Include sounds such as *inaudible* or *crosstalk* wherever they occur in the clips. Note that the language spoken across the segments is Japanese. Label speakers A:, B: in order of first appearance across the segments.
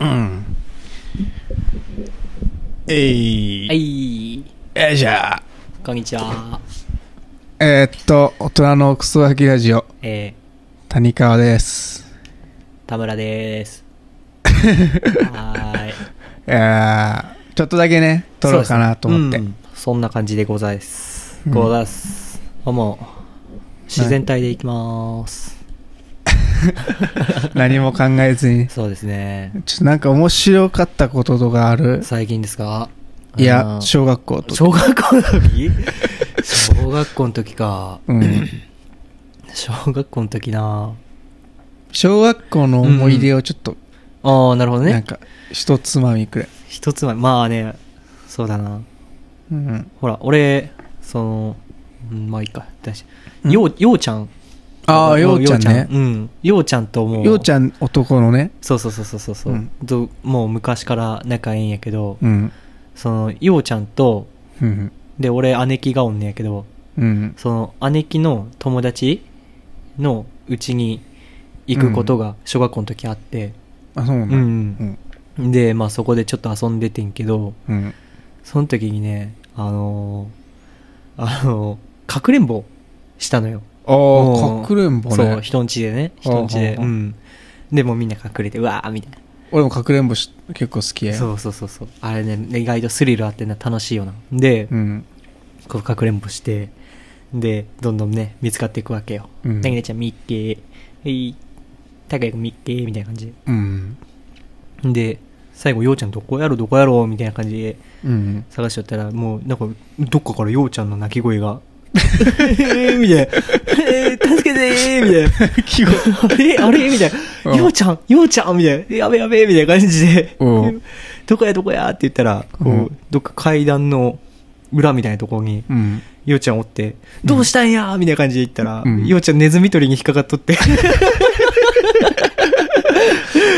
A: うん。えい。
B: はい、
A: よいしょ。
B: こんにち
A: *laughs*
B: は。
A: えー、っと、大人のクソガキラジオ、
B: え
A: 谷川です。
B: ー、田村です。はーい。
A: えー、ちょっとだけね、 *laughs* 撮ろうかなと思って。
B: そうですねうんそんな感じでございます。
A: うん
B: ございます。もう、自然体でいきまーす。
A: 何も考えずに。
B: そうですね。
A: ちょっとなんか面白かったこととかある
B: 最近ですか
A: い
B: あ
A: や、
B: ー
A: 小学校とか。
B: 小学校の時小学校の時か。
A: うん。
B: 小学校の時な
A: 小学校の思い出をちょっと、
B: ああ、なるほど
A: なん
B: ね。
A: か、一つまみくらい。
B: 一つまみ、まあね、そうだな。
A: うん。
B: ほら、俺、その、うんまあいいか。だし
A: うん
B: よう、ようちゃん。
A: ああ、ようちゃんね
B: よう。うん。ようちゃんともう。
A: ようち
B: ん。
A: ゃん男のね。
B: そうそうそうそうそう。
A: うん
B: ともう昔から仲いいんやけど、
A: うん。
B: その、ようちゃんと、
A: うん。
B: で、俺姉貴がおんねやけど、
A: うん。
B: その、姉貴の友達のうちに行くことが小学校の時あって、
A: あ、そうなんだ。
B: うん
A: うん。
B: で、まあそこでちょっと遊んでてんけど、
A: うん。
B: その時にね、あのーあのーかくれんぼしたのよ。
A: あ
B: も
A: あ、
B: う
A: かくれんぼ
B: そう、
A: ね。
B: 人んちでね。人んちで。
A: ああ
B: う
A: あ
B: ん。で、もうみんな隠れて、うわーみたいな。
A: 俺もかくれんぼし結構好きやよ
B: そうそうそうそう。あれね、意外とスリルあってな、楽しいよな。で、
A: うん。
B: こう、かくれんぼして、で、どんどんね、見つかっていくわけよ。
A: う
B: なぎ
A: ん
B: なちゃん、ミッケー。えい。たかやくん、ミッケー。みたいな感じ
A: うん。
B: で。で、最後、ようちゃんどこやろ、どこやろみたいな感じで
A: うん。
B: 探しとったら、もう、なんか、どっかからようちゃんの泣き声 *laughs* が。えー、みたいな。えー、助けてー、みたいな。
A: 気が。
B: あ *laughs* れあれみたいな。
A: うん
B: ようちゃんようちゃんみたいな。やべやべみたいな感じで
A: うん。
B: どこやどこやって言ったら、こう
A: うん
B: どっか階段の裏みたいなところに、
A: うん。
B: ようちゃんおって、どうしたんやみたいな感じで言ったら、
A: うん
B: ようちゃんネズミ捕りに引っかかっとって。
A: *laughs*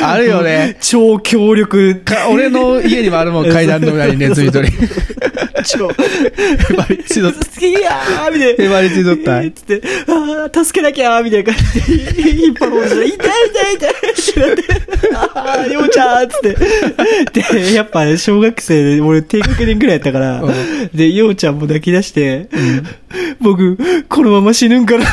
A: あるよね。
B: *laughs* 超強力。
A: か俺の家にもあるもん、階段の裏にネズミ *laughs* 取り。
B: 超。
A: へばりついとっ
B: 好きやーみたい
A: た。
B: な。
A: へばりついとった
B: えーっ。つって、あー助けなきゃーみたいな感じで、引っ張ろうとしたら、痛い痛い痛いってなって、あー、ようちゃんっつって。で、やっぱね、小学生で、俺低学年くらいやったから
A: う、ん
B: で、ようちゃんも泣き出して、僕、このまま死ぬんかな。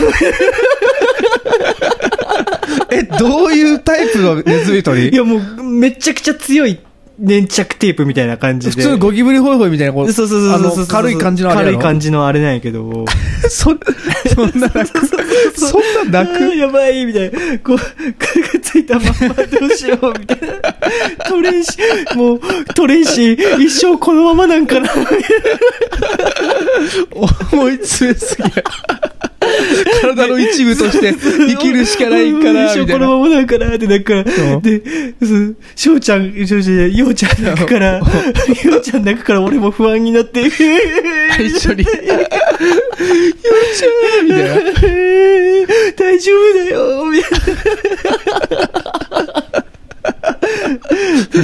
A: え、どういうタイプのネズミ取
B: い
A: り
B: や、もう、めちゃくちゃ強い粘着テープみたいな感じ
A: 普
B: で。
A: 通のゴキブリホイホイみたいな、こ
B: そうそうそうそうそう
A: あの、軽い感じのあれや
B: 軽
A: ろ
B: い感じのあれなんやけど。
A: じ。そ、そんな泣く。そん *laughs* な泣
B: あー
A: く
B: やばいみたいな。こう、くっついたまんまどうしようみたいな。取れんし、もう、取れんし、一生このままなんかな。
A: 思い詰めすぎや。体の一部として生きるしかないか
B: うん
A: ら、
B: 一
A: み
B: 生
A: たい
B: こ
A: な。
B: のままなんかなって、なんか
A: うん、
B: で、そう翔ちゃん、翔ちゃん、ようちゃん泣くから、
A: *laughs*
B: ようちゃん泣くから俺も不安になって、
A: 一緒に。よっちゃー *laughs* みたいな。
B: *laughs* 大丈夫だよ、みたい
A: *laughs*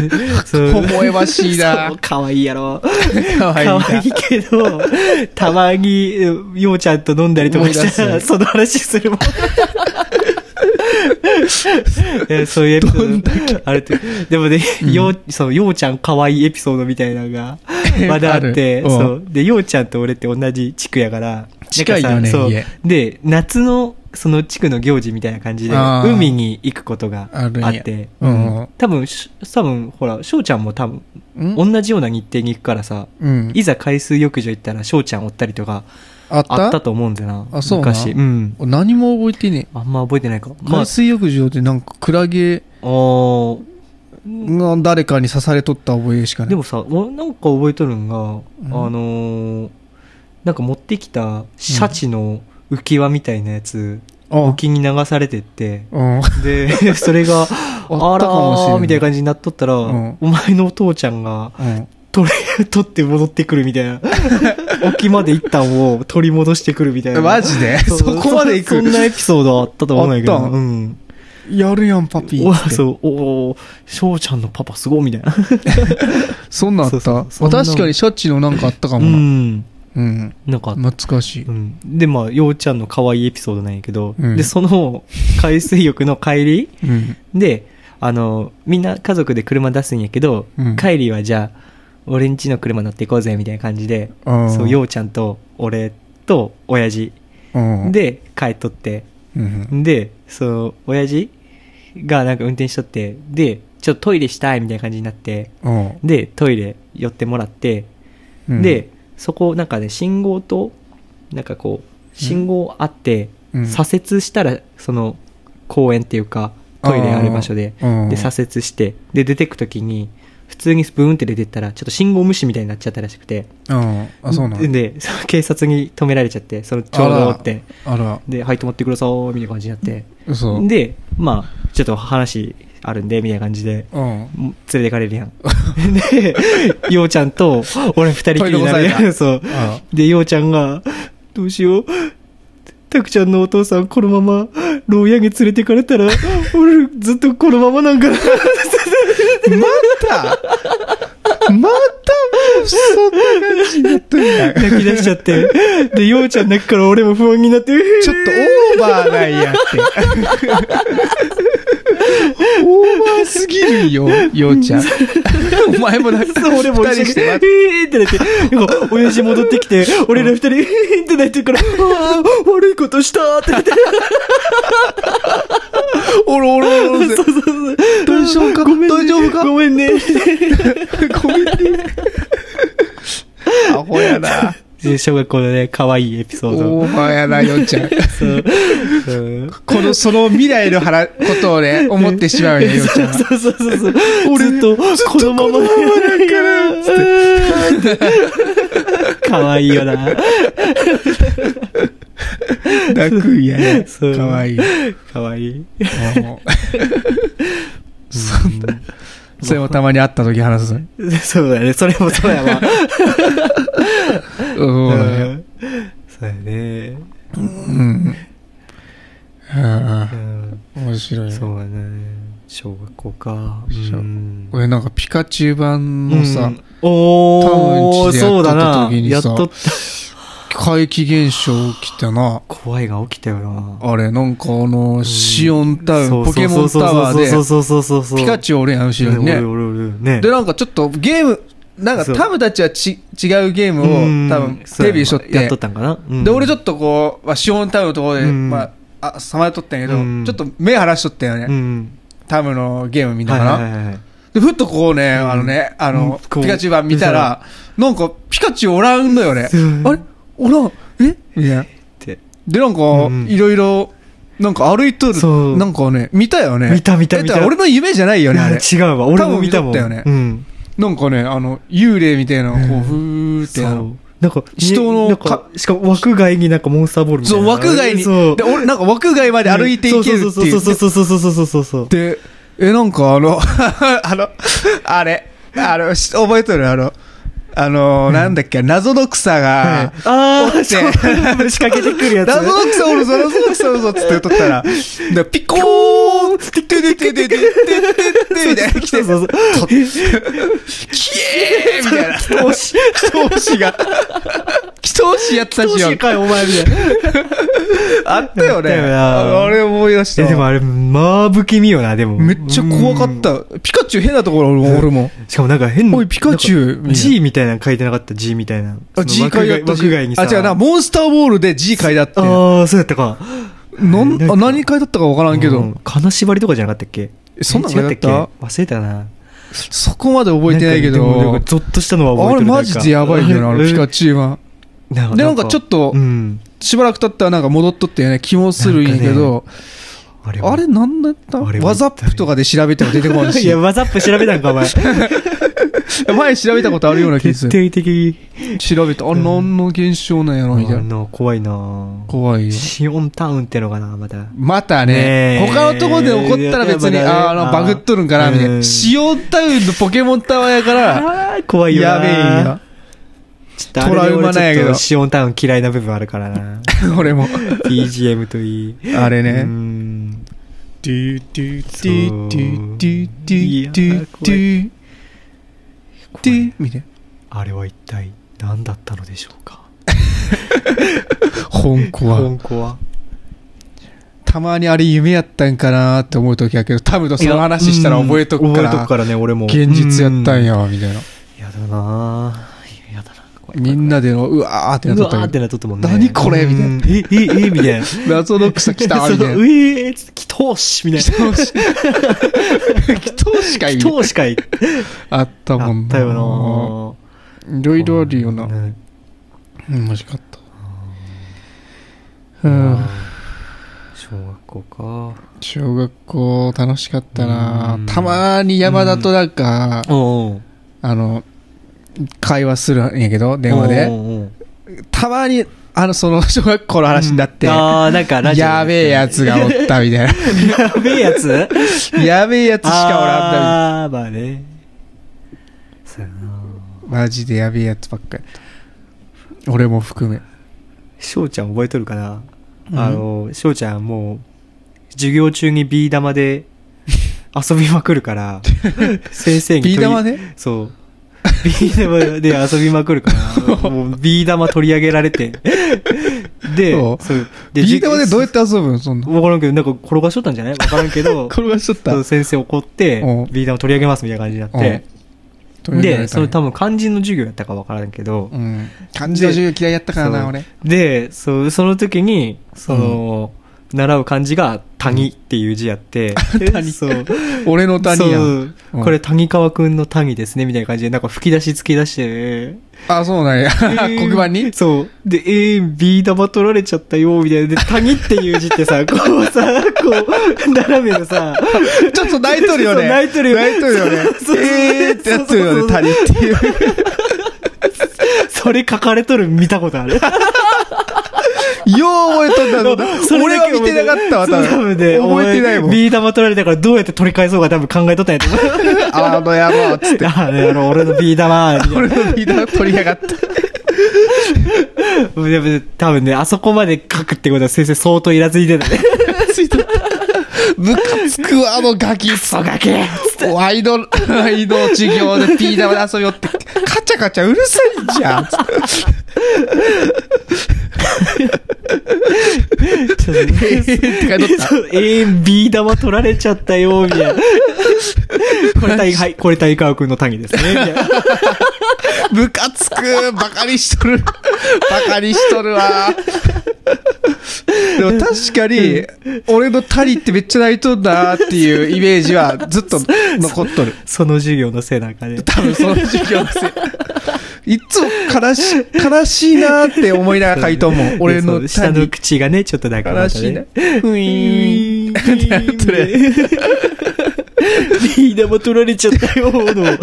B: な。そう
A: 微笑ましいな
B: そう可愛いやろ。
A: かわ
B: 可
A: いいな。
B: 愛いけど、たまに、ようちゃんと飲んだりとかした
A: 思い出
B: ら、
A: す
B: その話す
A: *laughs*
B: るもん。えそういうエピソ
A: どん、
B: ードあるって。でもね、よう、そう、ようちゃん可愛いエピソードみたいなのが
A: *laughs*
B: まだあっ
A: あ
B: て、
A: るうん
B: そう。で、ようちゃんと俺って同じ地区やから、
A: 近いよね
B: なんかさそう
A: 家
B: で、夏の、その地区の行事みたいな感じで、
A: あー
B: 海に行くことが
A: あるんや
B: あって、
A: うんうん
B: 多分、し多分、ほら、翔ちゃんも多分、
A: ん
B: 同じような日程に行くからさ、
A: うん
B: いざ海水浴場行ったら翔ちゃんおったりとか
A: あった
B: あったと思うんだよな。
A: あそうなん
B: 昔。うん。
A: 何も覚えてね
B: あんま覚えてないか。
A: え。
B: まあ
A: 海、水浴場でなんかクラゲ
B: あー
A: が誰かに刺されとった覚えしかない。
B: でもさ、おなんか覚えとるんが、あのーなんか持ってきたシャチの浮き輪みたいなやつ、
A: あ、
B: 沖に流されてって、
A: うん。
B: で、
A: *laughs*
B: それが、あ
A: った
B: ら
A: かもしれん
B: ーみたいな感じになっとったら、
A: うん
B: お前のお父ちゃんが、
A: うん。
B: 取れ、取って戻ってくるみたい
A: *laughs*
B: な。沖まで一旦を取り戻してくるみたいな。
A: マジで
B: う
A: そこまで行く
B: そんなエピソードあったと思うんだけ
A: あ
B: ど。
A: ったん
B: うん。
A: やるやん、パピ
B: お
A: ーっつって。
B: そう、おお翔ちゃんのパパすごいみたいな。
A: そんなんあった
B: そうそうそんなの
A: 確かにシャチのなんかあったか
B: う
A: もな。
B: ん。
A: うん。
B: なんか、
A: 懐かしい。
B: うん。で、まあ、ようちゃんの可愛いエピソードなんやけど、
A: うん
B: で、その、海水浴の帰り
A: うん。
B: で、あの、みんな家族で車出すんやけど、
A: うん
B: カイリーはじゃあ、俺んちの車乗っていこうぜ、みたいな感じで、
A: うん
B: そう、ようちゃんと俺と親父
A: うん、
B: で帰っとって、
A: うん、
B: で、その、親父がなんか運転しとって、で、ちょっとトイレしたいみたいな感じになって、
A: うん、
B: で、トイレ寄ってもらって、
A: うん
B: で、、そこ、なんかね、信号と、なんかこう、信号あって、
A: うん
B: 左折したら、その、公園っていうか、トイレある場所で、
A: うん
B: で、左折して、で、出てくときに、普通にブーンって出てったら、ちょっと信号無視みたいになっちゃったらしくて、
A: うん、あ、そうなん
B: で、 *laughs* でその警察に止められちゃって、その、ちょうどって、
A: あら、あ
B: で、はい、止まってください、みたいな感じになって、
A: ら嘘。、
B: で、まあ、ちょっと話あるんで、みたいな感じで、
A: うん。
B: 連れてかれるや
A: *laughs*
B: ん。で、ようちゃんと、俺二人きりになるや
A: 取り残され
B: ん。そ
A: た
B: う
A: あ。
B: で、ようちゃんが、どうしよう。たくちゃんのお父さん、このまま、牢屋に連れてかれたら、俺、ずっとこのままなんか
A: *laughs*
B: な。
A: またまたそんな感じになっとるやん。ちょっ
B: 泣き出しちゃって。で、ようちゃん泣くから俺も不安になって、
A: とオーバーなんやって。オーバーすぎるよ、ようちゃん。お前もなんか、
B: そう俺も
A: 二人
B: 一
A: し
B: 緒に、
A: て
B: えー
A: 待っ
B: ってなって、なんか親父戻ってきて、俺ら二人、えーってなってるから、ああ、悪いことしたーって
A: *laughs*
B: なって、
A: おろおろおろって
B: そうそうそう。
A: 大丈夫か
B: ごめんね
A: 大丈夫か
B: ごめんね。
A: ごめんね。アホやな。
B: で小学校のね、可愛いエピソード。
A: オーバーやな、ようちゃん。
B: そう。そう
A: この、その未来の腹、ことをね、思ってしまうよ *laughs* ね、ようちゃんは。
B: *laughs* そうそうそうそう。俺と、このままだから、つっ
A: *laughs*
B: て。可愛いよな。
A: 泣くんやね。か
B: そう
A: わいい。
B: 可愛い。
A: もうそんなそれもたまに会った時話すの。
B: そうだね。それもそうやわ。
A: うんそうだね
B: そうやね。
A: うん。あ
B: う
A: あ
B: ん
A: 面白いね。
B: そうやね。小学校か。
A: 小
B: うん
A: 俺なんかピカチュウ版の
B: う
A: さ
B: ん、、おー、
A: タウン地で
B: そ
A: や
B: う
A: っと
B: だ
A: った
B: な。
A: 時に
B: やっ
A: さ
B: とった。
A: 怪奇現象起きたな。
B: 怖いが起きたよな。
A: あれ、なんかあの、シオンタ
B: そ
A: ウン、
B: う
A: ポケモンタワー
B: そう
A: で、
B: そうそうそうそうそう。
A: ピカチュウおるやん、後ろに
B: ね
A: ね
B: お。るおるおるね
A: で、なんかちょっとゲーム、なんか
B: そう
A: タムたちはち違うゲーム
B: うん
A: を多分
B: そう
A: デ
B: や
A: ビューしとっ
B: やってとっ、たんかな。
A: で、俺ちょ
B: っ
A: っとこう、まあ、シオンタウンのとこ
B: う
A: ろで、
B: ん
A: まあ、あ、さまよっとったんやけど、
B: うん
A: ちょっと目晴らしとったよね。
B: うん。
A: タムのゲーム見な
B: はい
A: が
B: は
A: ら。
B: いはいはい。
A: で、ふっとこうね、あのね、あの、
B: うんこう
A: ピカチュウ版見たら、なんか、ピカチュウおらんのよね。
B: うん
A: あれおらんえみたいな。
B: って。
A: で、なんか
B: ん、
A: いろいろ、なんか歩いと
B: そう
A: る、なんかね、見たよね。
B: 見た見た
A: え
B: 見た
A: だから俺の夢じゃないよね、あれ。
B: 違うわ、俺も見たもん。
A: 多分見とったよね
B: うん。
A: なんかね、あの、幽霊みたいなのがこう、ふーって
B: そ
A: あの
B: う。。なんか、ね
A: 人の
B: なんか、しかも枠外になんかモンスターボールみたい
A: そ
B: な。
A: う、枠外に。
B: そう
A: で、。俺、なんか枠外まで歩いていけるっていう。
B: そうそうそうそうそうそうそうそうそう。
A: で、え、なんかあの、 *laughs* あの、あれ、あの、し覚えとるあの、あの、なんだっけ、謎の草
B: はい
A: が、
B: あー、
A: おって
B: そう仕掛けてくるやつ。
A: 謎の草おるぞ、謎の草おるぞ、つって言っとったら、でピコーンてててててててててみたいな来
B: そ
A: て
B: う、そうそう。
A: キエーみたいな、
B: 人押し、
A: 祈祷師が、祈祷師やってた
B: 人
A: し
B: 押
A: よ
B: し。かい、お前みたいな。
A: あったよね。
B: あったよな
A: あれ思い出し
B: え、
A: た。
B: でもあれ、まあ不気味よな、でも。
A: めっちゃ怖かった。ピカチュウ変なところ俺も、俺も。
B: しかもなんか変な。
A: おい、ピカチュウみたいな。
B: G みたいなの書いてなかった G みたいな。
A: あ、G
B: その
A: 階だった
B: 枠外枠外にさ。
A: あ、違うな、モンスターボールで G 階だって。な
B: ああ、そうやったか。
A: ん、あ何階だったか分からんけ
B: う
A: ど
B: ん、金縛りとかじゃなかったっけ
A: えそんなん
B: え違
A: やっ
B: 忘れたな。
A: そこまで覚えてないけ
B: んかでも
A: ど
B: なんか、ゾッとしたのは覚えて
A: あれ
B: る。
A: マジでやばいよな、あのピカチュウは。
B: ュ
A: で、なんかちょっと
B: う、ん。
A: しばらく経ったらなんか戻っとったよね、気もするんやけど、
B: あれ
A: あれなんだった
B: あれ
A: ワザップとかで調べても出てこな
B: *laughs*
A: い
B: い
A: し
B: や、、わざっと調べたんか、お前。
A: 前調べたことあるような気がす
B: 徹
A: る。
B: 底的。
A: 調べた、あ、
B: ん
A: 何の現象なんやろ、
B: あ
A: みたいな。
B: の、怖いな
A: 怖いよ。
B: シオンタウンってのかな、また。
A: また
B: ね
A: ね
B: え、
A: 他のところで起こったら別
B: い
A: に、
B: やま
A: あ
B: だ
A: あ
B: ね
A: の、バグっとるんかな、みたい
B: うん
A: な。シオンタウンのポケモンタワーやから、
B: あー怖いよな
A: やべえんよ。
B: ちょっとあれで俺
A: トラウマなんやけど
B: ちょっとシオンタウン嫌いな部分あるから
A: *laughs*
B: な。
A: 俺も。
B: BGM といい。
A: あれ
B: う
A: ね。
B: ん。
A: ドゥドゥドゥドゥドゥドゥドゥドゥドゥみたいな。
B: あれは一体何だったのでしょうか
A: 本校は。
B: 本校は
A: たまにあれ夢やったんかなって思う時やけど、タムとその話したら覚えとくか
B: うん覚えと
A: ら
B: く、からね、俺も。
A: 現実やったん
B: や。
A: やわ、みたいな。
B: やだなぁ。やだな怖い
A: みんなでの、うわーってなっ
B: う
A: と
B: わ
A: った
B: ー
A: よ
B: ってなっとったもんね。
A: 何これみたいな
B: うん。え、え、え、みたいな。
A: 謎の草来た、みたい
B: *laughs* そう
A: *laughs* な。
B: うえーっつって、来とうし、みたいな。
A: 人しかい
B: 来
A: い。
B: とうしかい。
A: あった
B: あ
A: もん
B: ったよ
A: いろ
B: ない
A: ろあるよな。
B: うん
A: うん、マジかった。うん。
B: 小学校か。
A: 小学校楽しかったな
B: うん
A: たまに山田となんか、
B: お
A: あの、会話するんやけど、電話で。
B: で。
A: たまに、あの、その、小学校の話になって、
B: ああ、なんかラジオ。
A: やべえやつがおったみたい
B: *laughs* やべえやつし
A: *laughs*
B: か
A: な。やべえやつしかおらんだ
B: ああー、まあね。そうやな
A: みたいな。マジでやべえやつばっかりやった。俺も含め。
B: 翔ちゃん覚えとるかな、
A: うん
B: あの、翔ちゃんもう、授業中にビー玉
A: *laughs*
B: で遊びまくるから、先生に取り。
A: ビー玉ね
B: そう。ビー玉で遊びまくる
A: *laughs*
B: から、もうビー玉取り上げられて。で、
A: そう
B: そうで
A: ビー玉でどうや
B: っ
A: って遊ぶんそんな。
B: わからんけど、なんか転がしとったんじゃないわからんけ
A: *laughs*
B: ど、
A: 転がしとった
B: そう。先生怒って
A: うん、
B: ビー玉取り上げますみたいな感じになって。
A: うん
B: で、その多分漢字の授業やったかわからんけど、
A: うん。漢字の授業嫌いやったから
B: そ
A: な、
B: う
A: 俺。
B: で、そう、その時に、その、習う漢字が谷っていう字や
A: *laughs*
B: って、谷そう。
A: 俺の谷や
B: そう
A: ん。うん
B: これ谷川くんの谷ですね、みたいな感じで、なんか吹き出し突き出して、
A: あ、そうなんや。
B: えー
A: *laughs* 黒板に
B: そう。で、えー、ビー玉取られちゃったよ、みたいな。
A: *laughs*
B: で、谷っていう字ってさ、こうさ、こう、斜めの
A: *laughs*
B: さ、
A: ちょっと泣いとるよ
B: *laughs* そ
A: ね。
B: う泣いとるよ
A: 泣いとるよね
B: そうそう。
A: えーってやつよ
B: そうそう
A: ね、谷っていう。
B: それ書かれとる見たことある。
A: よう覚えとんだろうな
B: *laughs* それ
A: 俺
B: だ
A: は
B: け
A: 見てなかったわ、
B: そう多分ね、
A: 覚えてないも
B: お前
A: ん。
B: ビー玉取られたからどうやって取り返そうか多分考えとったんやと思う。
A: あの山、つっ
B: *laughs*
A: て。
B: ああの、俺のビー玉、みた
A: *laughs*
B: いな
A: 俺のビー玉取りやがった。
B: でも多分ね、あそこまで書くってことは先生相当イラついてた
A: *laughs*
B: ね。 *laughs*
A: ムカつくわ、あのガキ。
B: そう書け
A: ワイド、ワイド授業でビー玉で遊びよって、カチャカチャうるさいじゃん。つって
B: ちょっとね
A: えーって書いとった。
B: そうえー、ビー玉取られちゃったよ、みたい
A: *laughs*
B: な。これ、はい、これ、谷川くんの谷ですね、みたいな。
A: ムカつくバカにしとるバカにしとるわでも確かに、俺のタリってめっちゃ泣いとんだっていうイメージはずっと残っとる。
B: その授業のせいなんかで。
A: 多分その授業のせい。いつも悲しい、悲しいなって思いながら書いとんもん。俺
B: そ
A: の
B: う下
A: タ
B: の
A: リ。
B: 口がね、ちょっとだから、
A: 悲しいな。
B: ね
A: ウ。ィ
B: *laughs*
A: ーン。
B: ビー玉取られちゃったよ、の。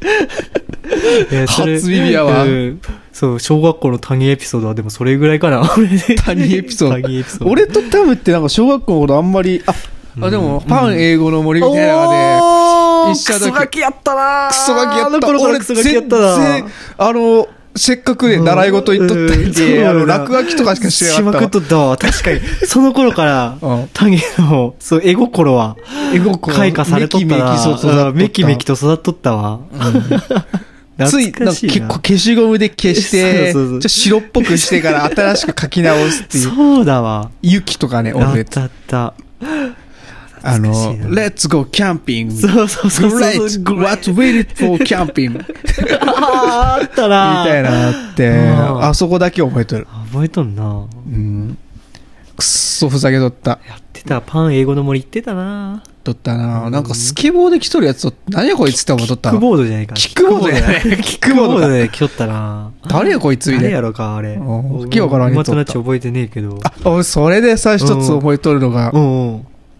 B: いやそれ
A: 初耳やわ
B: んそう、小学校の谷エピソードはでもそれぐらいかな、俺ね
A: 谷エピソード
B: 谷エピソード。
A: 俺とタムってなんか小学校の頃あんまり、あ、あでも、パン英語の森みたいなので、
B: おー
A: 一緒だけ
B: クソガキやったな
A: クソガキやった。
B: あの頃から
A: 俺
B: クソガキやったな
A: 全然あの、せっかくね、
B: うん
A: 習い事行っとったん
B: うん
A: で、あ
B: そ
A: の、
B: うだ
A: 落書きとかしかして
B: し
A: な
B: ま
A: か
B: く
A: っ
B: ったと
A: わ。
B: ったわ。確かに。その頃から
A: うん、
B: タゲの、そう、絵心は、
A: 絵心
B: 開花されとったな。
A: メキメキそう育っとった
B: うんメキメキと育っとったわ。
A: つい、
B: 懐
A: な
B: か
A: んか
B: し
A: 結
B: な
A: 構消しゴムで消して、ち
B: そうそうそ
A: ょ
B: う
A: っと白っぽくしてから新しく書き直すっていう。
B: そうだわ。
A: 雪とかね、
B: あ
A: 俺
B: っ、たあった。
A: あの
B: 懐かしい、な
A: レッツゴーキャンピング。
B: そうそうそうそう。
A: Great! What waited for camping? み
B: あ *laughs* ーあったな。
A: たいなのあって、
B: うん
A: あそこだけ覚えてる。
B: 覚えとんな。
A: うん。くっそふざけとった。
B: やってた。パン英語の森行ってたな。
A: とったななんかスケボーで来とるやつと、何やこいつって思っとっ
B: キッ
A: た
B: ク
A: な
B: ボードじゃないか。
A: キックボードやね。キッ
B: キッ
A: ク
B: ク
A: ボ
B: ボ
A: ー
B: ー
A: ド
B: ド
A: か。
B: で来とったな。
A: 誰やこいつい
B: 誰や
A: で。
B: ろか、あれ。
A: うん今日からね
B: 今となっちゃ覚えてねえけど。
A: あ、俺、それでさ、一つ覚えとるのが
B: う、ん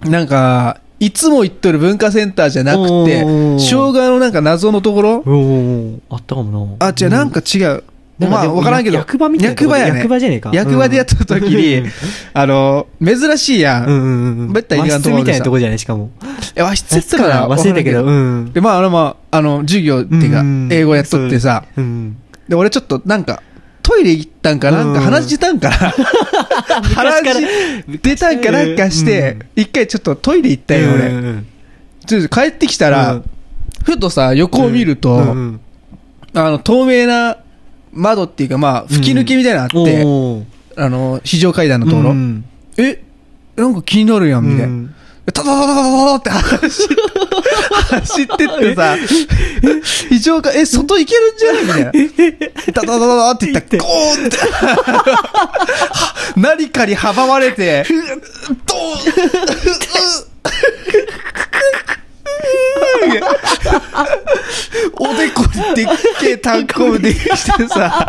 B: うん。
A: なんか、いつも行っとる文化センターじゃなくて、
B: うん
A: 生姜のなんか謎のところ
B: うんうんうん。あったかもな。
A: あ、違う、なんか違う。
B: なん
A: ま
B: で
A: あ、
B: も
A: わからんけど。
B: 役場みたいなと
A: 役
B: こ
A: 場
B: で。
A: やね。
B: 役場じゃねえか。
A: 役場でやっとる時
B: うん
A: に、あの、珍しいや。
B: うんんうんうん。
A: めったにいらんとこ
B: 和室みたいな
A: でさ
B: とこじゃない、しかも。
A: え、和室やったか
B: 和室
A: ら
B: 忘れたけど、
A: わか
B: う
A: らん
B: ん。
A: で、まあ、あの、まあ、あの、授業っていうか
B: うんうん、
A: 英語やっとってさ、
B: うん。
A: で、俺ちょっとなんか、トイレ行ったんかなんか
B: うん
A: 鼻血出たんかな鼻
B: *laughs* 昔から
A: 血出たんかなんかして、一回ちょっとトイレ行ったよ、
B: うん
A: 俺。
B: うんうん
A: ちょっと帰ってきたら、
B: うん
A: ふとさ、横を見ると、
B: うんうん
A: あの、透明な、窓っていうか、まあ、吹き抜けみたいなのあって、
B: おー
A: あの、非常階段のところ。
B: うん
A: えなんか気になるやん、みたいな。タタタタタタタって走って、走ってってさ、非常階、え、外行けるんじゃないみたいな。タタタタタって言ったら、ゴーンって、何かに阻まれて、ドーンおでこにでっけえタンコできてさ、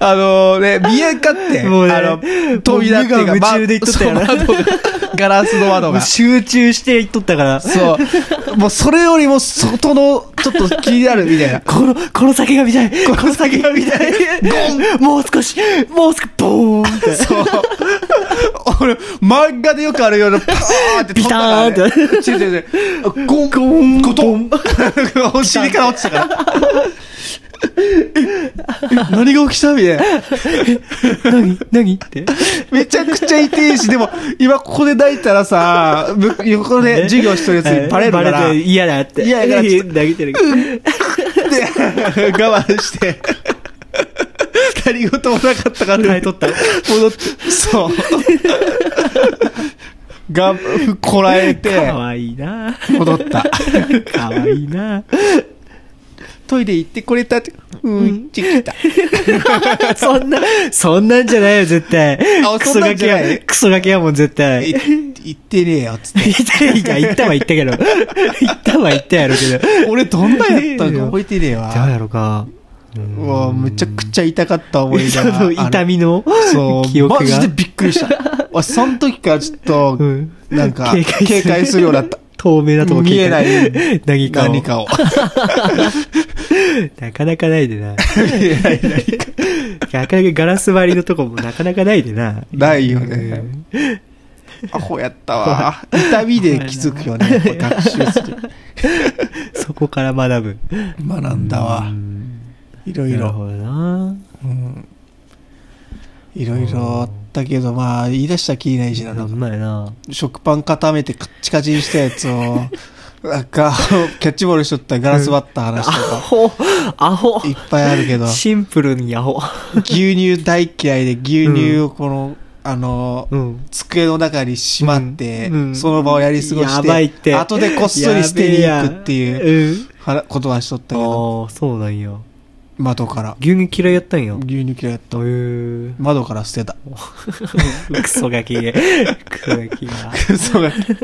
A: あのね、見えんかって、
B: もうね
A: あの、飛び出っていう
B: もう無我
A: か、
B: 夢中で行っとったよな
A: まそう窓がガラスの窓
B: もう
A: が。
B: 集中していっとったから、
A: そう。もうそれよりも外の、ちょっと気になるみたいな。
B: この、この先が見たいこの先が見たいもう少しもう少しボーンみたいな。
A: そう。俺、漫画でよくあるような、パーンって飛んだから、ね。
B: ビターンって
A: て。違う違う違う。ゴン、ゴン、ゴトン。
B: *laughs*
A: お尻から落ちたから。ええ何が起きたみたいな。
B: 何何って。
A: めちゃくちゃ痛いし、でも、今ここで泣いたらさ、む横で授業してるやつにバレるから。
B: バレて嫌だって。
A: 嫌だから
B: *laughs*
A: ちょっと
B: 投げてるけど。
A: で、 *laughs* 我慢して、何事もなかったから、
B: 耐えとった
A: 戻っ
B: *laughs*
A: て、そう。が、こらえて
B: か、わいいな
A: 戻った。
B: *laughs* かわいいな
A: トイレ行ってこれたって、うんち
B: *laughs*
A: 来た。
B: そんな、そんなんじゃないよ、絶対。
A: あ
B: クソ
A: そんな
B: ガ
A: んじ
B: キ
A: ゃない
B: や、クソガキやもん、絶対。
A: い
B: い
A: 行ってねえよ、つって。
B: た、いた、いったは言ったけど。いったは言ったやろけど。
A: *laughs* 俺どんなやった
B: *laughs*
A: んか覚えてねえ
B: じゃあ
A: わ。
B: やろか。
A: うわ、めちゃくちゃ痛かった思
B: *laughs*
A: い
B: そ
A: 出
B: の
A: が。
B: 痛みの
A: あのそう、
B: *laughs* 記憶が。
A: マジでびっく
B: *laughs*
A: りした。俺、その時からちょっと
B: う、ん
A: なんか、
B: 警戒する
A: 警戒するようになった。
B: 透明なとこ
A: 見えない
B: 何かを。
A: 何かを。
B: なかなかないでな。
A: 見えな
B: *laughs*
A: い何か。
B: なかなかガラス張りのとこもなかなかないでな。
A: ないよ
B: う
A: ね。
B: ん
A: アホやったわ。痛みで気づくよね。学習する。
B: そこから学ぶ。
A: 学んだわ
B: う。ん
A: いろい
B: なる
A: ろ。
B: ほどな。
A: うんいろいろあったけど、まあ、言い出したらきりないしな。
B: ほんまやな。
A: 食パン固めてカッチカチにしたや
B: *laughs*
A: つを、なんか、キャッチボールしとったガラス割った話と
B: ア *laughs*
A: か、
B: ホアホ
A: いっぱいある
B: *laughs*
A: けど、
B: シンプルにアホ。
A: 牛乳大嫌いで牛乳をこの、あの、
B: うん。
A: 机の中にしまって、
B: うんうん
A: その場をやり過ごして、
B: やばいって
A: 後でこっそり捨てに行くって
B: や
A: いう
B: べえやん。うん。
A: はらことはしとったけど、
B: ああ、そうなんや。
A: 窓から。
B: 牛乳嫌いやったんや。へ
A: 牛乳嫌いやった。
B: え。
A: *laughs* 窓から捨てた。
B: クソガキ。 *laughs* クソガキや。
A: クソガキ。 *laughs*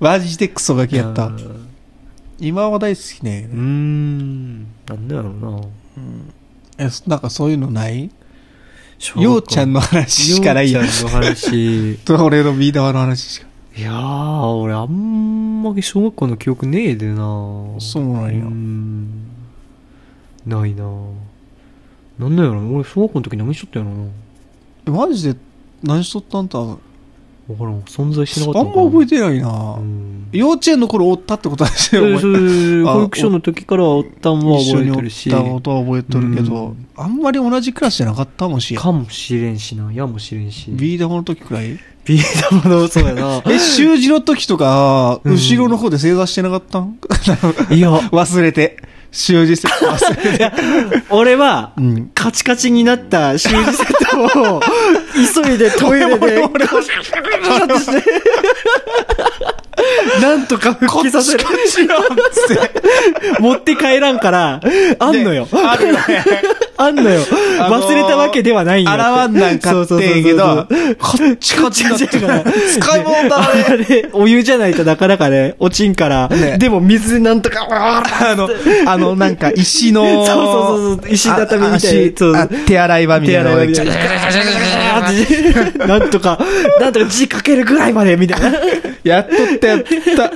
A: マジでクソガキやった
B: う。ん
A: 今は大好きね
B: うー。ん。なんだろうな。
A: え、そなんかそういうのない
B: 小学校
A: ようちゃんの話しかないやん
B: よう。ちゃんの話。い
A: 俺のビー玉の話しか。
B: やー、俺あんまり小学校の記憶ねえでな
A: そうなんや
B: ーんないななんなんやろ俺小学校の時何しとったんやろな
A: えマジで何しとったんだあん
B: わからん。存在してなか
A: ま
B: ったのかな。
A: 覚え
B: て
A: てない
B: な
A: な。
B: うん。
A: 幼稚園の頃おったってことはして
B: え
A: る
B: ーそうそうそう
A: あ
B: 保育所の時からおったんは
A: 一緒
B: 覚
A: に
B: え
A: お
B: て
A: っ
B: るし。
A: たことは覚えとるけ
B: う
A: ど
B: ん、
A: あんまり同じクラスじゃなかったもんし。
B: かもしれんしな。やもしれんし。
A: ビー玉の時くらい
B: ビー玉の、そうや
A: *laughs*。
B: な
A: え、習字の時とか、
B: うん
A: 後ろの方で正座してなかったん *laughs*
B: いや、
A: 忘れて。習字せ、忘れて。
B: 俺は、
A: うん。
B: カチカチになったシールセットを、急いでトイレで、なんとか復帰させる。持って帰らんから、 *laughs* あんのよ。
A: あるよね。
B: あんのよ。
A: あのー
B: 忘れたわけではないんよ。
A: 洗わんなんかってえけど、こっちこっちだってから、使い物だね。
B: あれ、お湯じゃないとなかなかね、落ちんから、
A: ね
B: でも水なんとか、わー
A: あの、あの、なんか、石
B: そ
A: の、
B: うそうそうそう石畳みたいな
A: あ足
B: そう
A: あ手洗い場みたいなのが
B: 手洗い場みたいなんとか、なんとか字かけるぐらいまで、みたいな。
A: やっとったやった。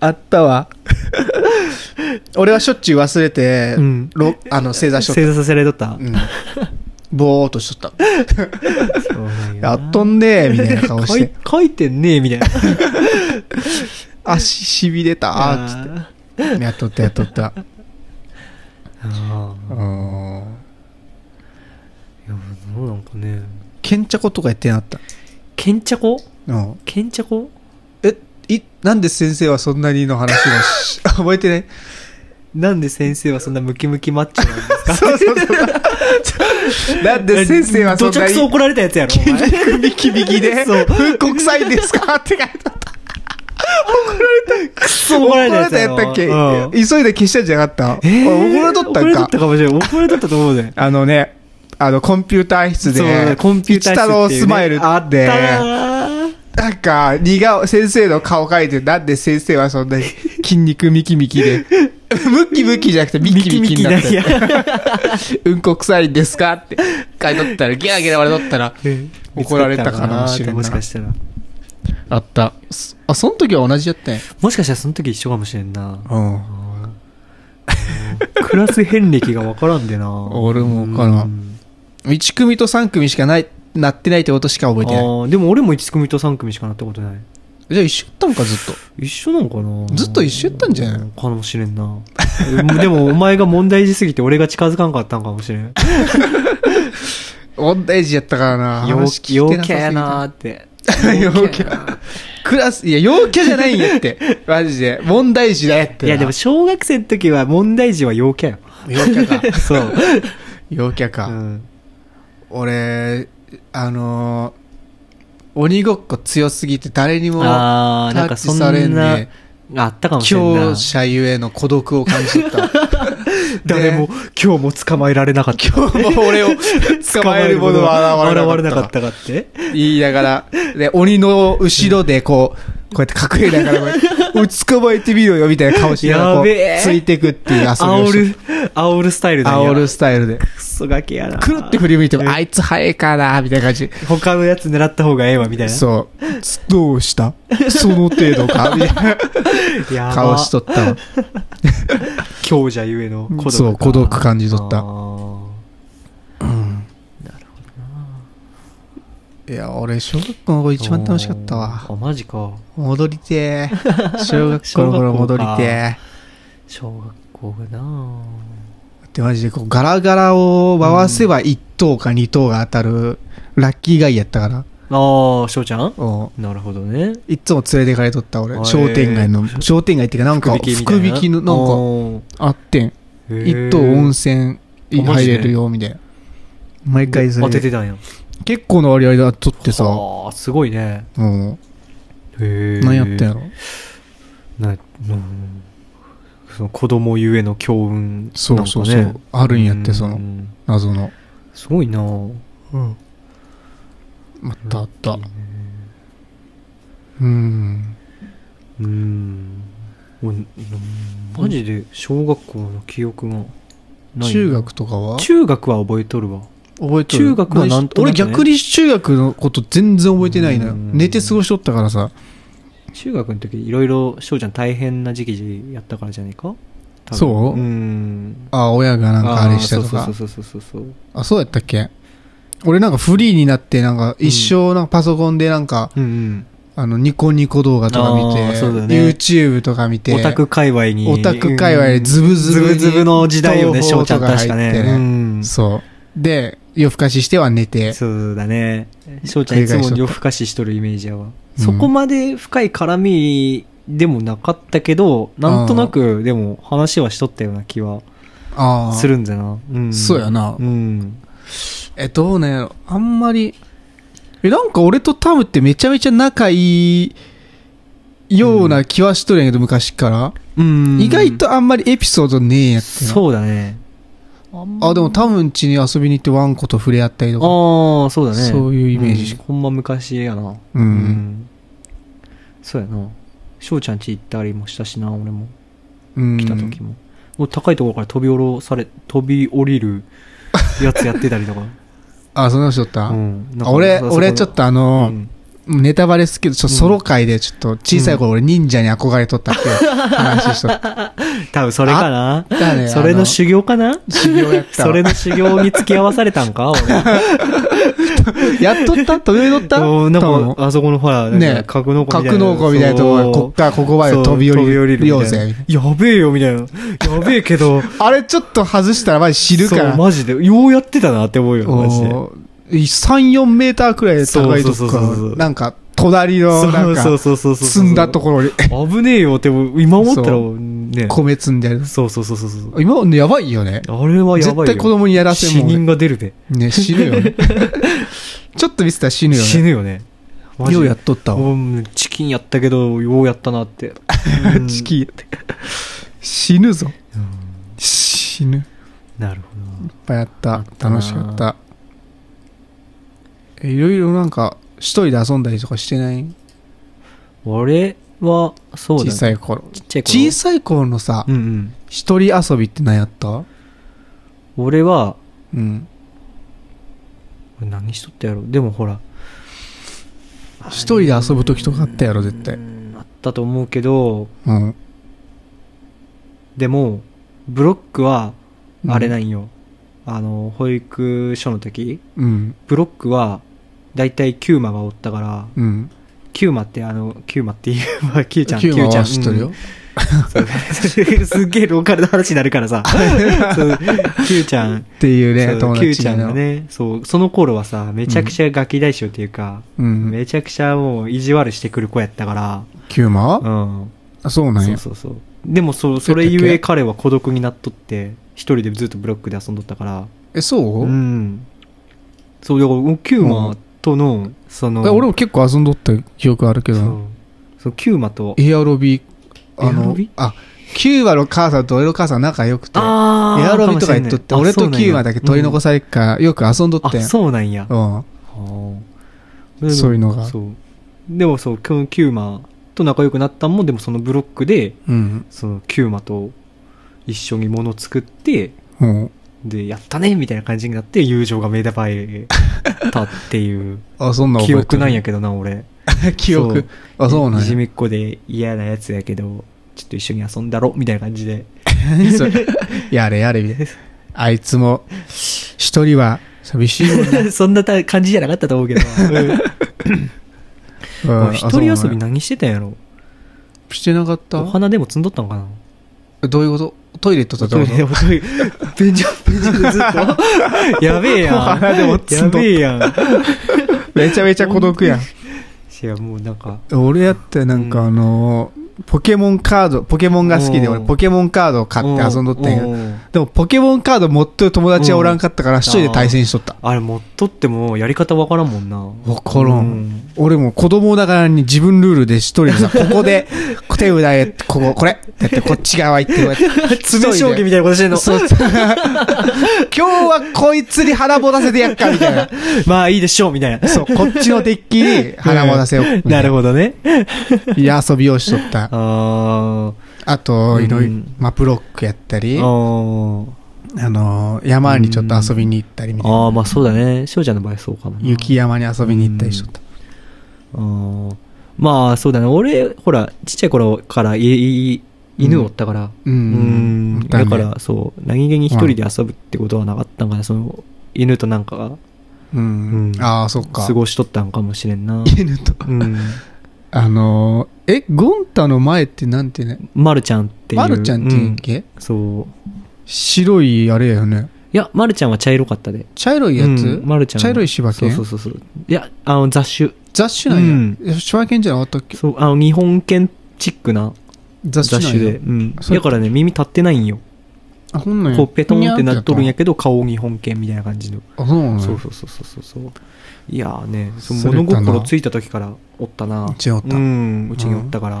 A: あったわ。俺はしょっちゅう忘れて、
B: うん
A: ろあの、正座しとった。
B: 正座させられとった
A: う。ん。ぼーっとしとった。
B: そうなん
A: や
B: な
A: っとんねー、みたいな顔して。
B: 書い書いてんねえみたいな。
A: 足しびれたー、つって。
B: あ
A: やっとったやっとった。
B: あ。
A: うん。
B: いや、もうなんかね。
A: けんちゃことかやってなかっ
B: けんちゃこ
A: た。うん。
B: けんちゃこ
A: え、い、なんで先生はそんなにの話をし、覚えてない *laughs*
B: *laughs* なんで先生はそんなムキムキマッチョなんですか
A: そうそうそう。なんで先生はそん
B: どち
A: な
B: ゃくそ
A: に
B: 怒られたやつやろ。お前
A: 首きびきで
B: そう、
A: 国際ですかって書いてあった。
B: く *laughs* そ怒
A: 怒
B: ら
A: ら
B: れ
A: れ
B: た
A: た
B: やつや
A: や
B: ろ。
A: ったっけ
B: うん
A: 急いで消したんじゃなかっ
B: え
A: た
B: ー
A: 怒られとった
B: 怒られ
A: ん
B: とっ
A: か
B: たかもしれん。怒られとったと思うで。
A: あのね、あの、コンピューター室
B: そう
A: で、
B: コンピューター室
A: 一太郎スマイル
B: あ
A: っ
B: った
A: て、
B: なー
A: なんか、似顔、先生の顔描いて、なんで先生はそんなに筋肉ミキミ
B: *laughs*
A: キで、ムキムキじゃなくてミキミキにな
B: ミ
A: っ
B: キミキ
A: て、うんこ臭いんですかって書いとったら、ギャーギャー笑とったら、怒られたかもしれんな
B: もしかしたら。
A: あった。すあ、その時は同じやったんや。
B: もしかしたらその時一緒かもしれんな。
A: うん。
B: *laughs* クラス遍歴がわからんでな。
A: 俺もわからん
B: うん
A: 1組と3組しかない、なってないってことしか覚えて
B: あ
A: ない。
B: ーでも俺も1組と3組しかなったことない。
A: じゃあ一緒やったんか、ずっと。
B: 一緒なんかな
A: ずっと一緒やったんじゃない
B: かもしれんな。 *laughs* でもお前が問題児すぎて俺が近づかんかったんかもしれん。
A: 問題児やったからな。
B: 陽
A: 話
B: 気
A: 聞いて
B: 陽
A: なさ
B: 気
A: すぎ
B: や
A: て
B: なーって。
A: *laughs* 陽キャ。クラス、いや、陽キャじゃないんやって。マジで。問題児だよって。
B: いやでも、小学生の時は問題児は陽キャよ。
A: 陽キャ
B: *laughs*
A: か。
B: そう。
A: 陽キャか。
B: うん
A: 俺、あのー、鬼ごっこ強すぎて誰にもタ
B: あー、なん
A: ッ
B: か
A: チ
B: そん
A: されん
B: な
A: ね。、
B: あったかもしれん
A: 強
B: な。
A: 者ゆえの孤独を感じ *laughs* た。
B: 誰も、今日も捕まえられなか
A: *laughs*
B: った。
A: 今日も俺を捕まえるものは現れなかっ
B: 現れなかった
A: た。
B: かって。
A: 言いながら、で、鬼の後ろでこう、こうやって隠れながら、うつかまえてみろよみたいな顔しながら、こう、
B: やべえ
A: ついてくっていう遊びをして
B: 煽る、煽るスタイルだよ。
A: 煽るスタイルで。
B: クソガキやな。
A: くるって振り向いても、あいつ早いかなみたいな感じ。
B: 他のやつ狙った方がええわ、みたいな。
A: そう。つどうしたその程度かみたいな
B: う。やば
A: 顔しとったわ。
B: 強者ゆえの孤独か。
A: そう孤独感じ取った
B: あー
A: いや、俺、小学校の頃一番楽しかったわ。
B: あ、マジか。
A: 戻
B: *laughs*
A: りてー。小学校の頃戻りてー。
B: 小学校がな
A: で、マジで、こう、ガラガラを回せば1等か2等が当たる、ラッキーガイやったから。
B: ああ、翔ちゃん
A: うん
B: なるほどね。
A: いっつも連れてかれとった俺
B: へ。ー
A: 商店街の、商店街っていうか、なんか、
B: 福引きみたい
A: 福
B: な。
A: 引きの、なんか、あってん。
B: か
A: 一等温泉入れるよ、みたいな。毎回そ
B: 当て
A: れ。
B: てたんや。
A: 結構な割合で取ってさ、も
B: ああ、すごいね。
A: う、
B: へえ。
A: 何やったんやろ。
B: な、うん。その子供ゆえの強運、
A: そうそうそ
B: なんか
A: う
B: ね。。
A: あるんやって、そうの、
B: ん
A: 謎の。
B: すごいなぁ。
A: うん。あったあった。うん。
B: うん。俺うんマジで小学校の記憶がない。
A: 中学とかは
B: 中学は覚えとるわ。
A: 覚えとる
B: 中学はなんとなくね
A: 俺逆に中学のこと全然覚えてないのよ。
B: うん
A: 寝て過ごしとったからさ。
B: 中学の時いろいろ翔ちゃん大変な時期やったからじゃねえか多分
A: そう
B: うん。
A: あ、親がなんかあれしたと
B: あ
A: か
B: ー。そうそうそうそうそう。
A: あ、そうやったっけ俺なんかフリーになって、なんか一生なんかパソコンでなんか、
B: うん
A: あの、ニコニコ動画とか見
B: あー
A: て、
B: そうだね
A: YouTube とか見
B: う
A: て、
B: ん。オタク界隈に。
A: オタク界隈でズブズブ
B: ズ
A: に
B: ブズブの時代よね、
A: 東
B: 翔
A: 宝
B: ちゃん
A: と
B: 確か
A: か入
B: ね。
A: ってね
B: うん。
A: そう。で、夜更かししては寝て、
B: そうだね。翔ちゃんいつも夜更かししとるイメージやわ。
A: うん
B: そこまで深い絡みでもなかったけど、なんとなくでも話はしとったような気は
A: ああ、
B: するんだな。うん。
A: そうやな
B: うん。
A: え、どうなんやろあんまり、え、なんか俺とタムってめちゃめちゃ仲いいような気はしとるんやけど、昔から。
B: うん。
A: 意外とあんまりエピソードねえやってな。
B: そうだね。
A: あ、でもタムん家に遊びに行ってワンコと触れ合ったりとか。
B: ああ、そうだね。
A: そういうイメージ
B: うんほんま昔やな。
A: うん
B: そうやな。翔ちゃん家行ったりもしたしな、俺も。
A: うん
B: 来た時も。もう高いところから飛び降ろされ、飛び降りるやつやってたりとか。
A: *laughs* あ、そんなことしとった、
B: うんなんか
A: あ俺、
B: そそこ
A: 俺ちょっとあ
B: う
A: の、
B: ん
A: ネタバレですけど、ちょっとソロ会でちょっと小さい頃俺忍者に憧れとったっていう話しとった。
B: 多分それかな *laughs*
A: だね
B: それの修行かな
A: あの修行やったわ
B: それの修行に付き合わされたん
A: *laughs*
B: か俺。
A: やっとった飛び乗った
B: おーな
A: 多
B: ん
A: 分
B: か、あそこのほら、なん
A: ね
B: か格納庫みたいな。
A: 格納庫みたいなとこ
B: そ
A: ろ
B: う
A: こっからここまで飛び降りるようぜ。みたい
B: やべえよ、みたいな。やべえけ
A: *laughs*
B: ど。
A: なあれちょっと外したらマジ死ぬ
B: そ
A: か
B: う
A: ら。
B: マジで。ようやってたなって思うよ、マジで。
A: おー3、4メーターくらいで高いと
B: そうそうそう
A: こ
B: そう
A: から、なんか、隣の、なん
B: そう
A: か、
B: そうそうそうそう
A: 積んだとこ
B: *laughs*
A: ろに、
B: 危ねえよって、今思ったら
A: そ
B: ね。
A: 米積んである。
B: そうそうそうそうそう。
A: 今はね、やばいよね。
B: あれはやばいよ。
A: 絶対子供にやらせん
B: 死
A: もんね
B: 人が出るで。
A: ね、死ぬ
B: *laughs*
A: よね。ちょっと見せたら死ぬよ
B: 死
A: ね。
B: ぬよね。マジで
A: ようやっとったわ。
B: うんチキンやったけど、ようやったなって。うん
A: チキンって。死ぬぞ。
B: うん
A: 死ぬ。いっ
B: なるほどな。
A: ぱいあった。
B: たな
A: 楽しかった。えいろいろなんか、一人で遊んだりとかしてない
B: 俺は、そうだね。
A: 小さい頃。
B: ちっちゃい頃。
A: 小さい頃のさ
B: う、んうん。
A: 一人遊びって何やった
B: 俺は、
A: うん。
B: 俺何しとったやろでもほら。
A: 一人で遊ぶ時とかあったやろ、絶対
B: う。んあったと思うけど、
A: うん。
B: でも、ブロックは、あれなんよ。あの、保育所の時、
A: うん。
B: ブロックは、だいたいキューマがおったから、
A: うん。
B: キューマってあの、キューマっていう、まあキューちゃん、
A: キューマ
B: ちゃん。
A: は知っとる
B: う
A: よ
B: ん。そうすっげえローカルな話になるからさ。そうキューちゃん、
A: っていう
B: そ
A: ね、
B: う
A: 友
B: キュー
A: 達
B: ちゃん
A: の
B: が。ね、そう、その頃はさ、めちゃくちゃガキ大将っていうか、
A: うん。
B: めちゃくちゃもう意地悪してくる子やったから、
A: キューマは
B: うん。
A: あそうなん
B: そ
A: や
B: う。そうそう。でもそ、それゆえ彼は孤独になっとって、一人でずっとブロックで遊んどったから、
A: え、そう
B: うん。そう、だから、キューマとの、その、
A: え俺も結構遊んどった記憶あるけど
B: そ
A: な
B: う、そうキューマと、
A: エアロビあ
B: エアロ
A: の
B: ビ
A: あキューバの母さんと俺の母さん仲良くてエ
B: あ
A: アロビとか行っとって俺とキューバだけ取り残
B: さ
A: されっからよく遊んどって
B: あ、
A: ん
B: そうなんや。
A: うん
B: あー
A: そういうのが
B: そう。でもそう、キュキューマと仲良くなったんも、でもそのブロックで、
A: うん
B: そのキューマと一緒に物作って、
A: うん
B: で、やったねみたいな感じになって、友情が芽生えたって
A: *laughs*
B: いう、
A: あそんな
B: 記憶なんや
A: け
B: けどな、俺。
A: ど *laughs* 記憶あそうないん
B: じ
A: や
B: めっ子で嫌なやつやけど、ちょっと一緒に遊んだろ、みたいな感じで。 *laughs*
A: 何 *laughs* それやれやれみたいなあいつも一人は寂しいもん
B: *laughs* そんなた感じじゃなかったと思うけど。
A: *laughs* うん
B: うん一人
A: あそ
B: 遊び
A: うなんや
B: 何してたんやろ
A: してなかっ
B: お
A: た
B: 花でも積んどったのかな
A: どういうことトイレ行っとったって
B: ト *laughs*
A: こ
B: イ
A: と
B: レでもトイレ、便所、便所でずっ *laughs* と。やべえやん。
A: お花でも積んど
B: や
A: った
B: べえやん。
A: めちゃめちゃ孤独やん
B: いや、もうなんか、
A: 俺やってなんかあのーポケモンカード、ポケモンが好きで、
B: うん
A: 俺ポケモンカードを買って遊んどったんやけ
B: う
A: ど、
B: う
A: でもポケモンカード持ってる友達はおらんかったから、一人で対戦しとった。
B: あれ、持っとってもやり方わからんも *laughs* んな。
A: わから
B: うんん。
A: 俺も子供だからに自分ルールで一人でさ、こ
B: *laughs*
A: こで、手裏へ、ここ、これ、やって、こっち側行って、こうやって。
B: *laughs* 詰め将棋みたいなことしてんの。
A: そう *laughs* 今日はこいつに腹ぼたせてやっか、みたいな。
B: まあいいでしょう、みたいな。
A: そう、こっちのデッキに腹ぼたせを。
B: なるほどね。
A: ど。いや、遊びをしとった。
B: あ
A: あと、いろいうろ
B: ん、
A: まあ、ブロックやったり。
B: ーあー。
A: あのー山にちょっと遊びに行ったりみたいな。
B: ああ、まあそうだね。翔ちゃんの場合そうかもな。
A: 雪山に遊びに行ったりしとった。
B: あーまあそうだね。俺、ほら、ちっちゃい頃からいい犬おったから。
A: うん
B: うん
A: うん
B: だから、そう、何気に一人で遊ぶってことはなかったんかな。その、犬となんかが
A: うん。
B: うん
A: ああ、そっか。
B: 過ごしとったんかもしれんな。
A: 犬と。
B: うん。
A: あのーえ、ゴンタの前ってなんてね、
B: まるちゃんっていう。
A: マルちゃんって言うんっ
B: う
A: け、
B: んそう。
A: 白いあれやよね。
B: いや、まるちゃんは茶色かったで。
A: 茶色いやつ、
B: うんまるちゃんは。
A: 茶色い柴
B: そう
A: 犬
B: そうそうそう。いや、あの、雑種。
A: 雑種なんや。
B: うん
A: え柴犬じゃなかったっけ
B: そう、あの、日本犬チックな
A: 雑
B: 雑
A: 種なん
B: 種
A: や。
B: で。うん。
A: そう
B: だからね、耳立ってないんよ。
A: あ、ほんなんや。
B: こう、ペトンってなっとるんや
A: け
B: けど、顔日本犬みたいな感じの。
A: あ、そうなんや。
B: そうそうそうそうそう。いやーね、そ
A: そ
B: の
A: れ
B: 物
A: だな
B: 心ついた時からおったな。
A: うちおった
B: うん、うちにおったから。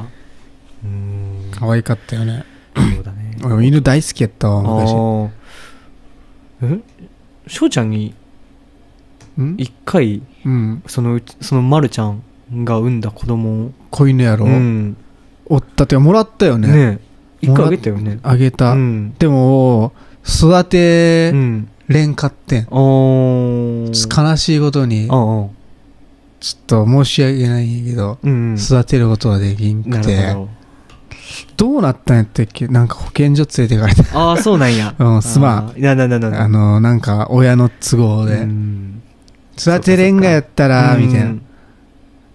B: うーん。
A: 可愛かったよね。
B: そうだね。
A: 俺も犬大好きやった
B: あ
A: わ、昔。
B: ーえ翔ちゃんに
A: うん
B: 一回、
A: うん。
B: そのうち、そのまるちゃんが産んだ子供を、
A: 子犬やろ、
B: うん。
A: おったってもらったよね。
B: ね一回あげたよね。
A: あげた。
B: うん。
A: でも、育て
B: うん。
A: れんかってん。
B: あー。
A: 悲しいことに、ち
B: あ
A: ょ
B: あ。
A: っと申し訳ないんやけど、
B: うん。
A: 育てることはできん
B: なる
A: くて
B: ほ、ど。
A: どうなったんやったっけなんか保健所連れてかれた。。
B: ああ、そうなんや
A: うんすまん
B: あー。ななななな。
A: あの、なんか親の都合
B: う
A: で、
B: ん
A: 育てれんがやったら、みたい
B: うん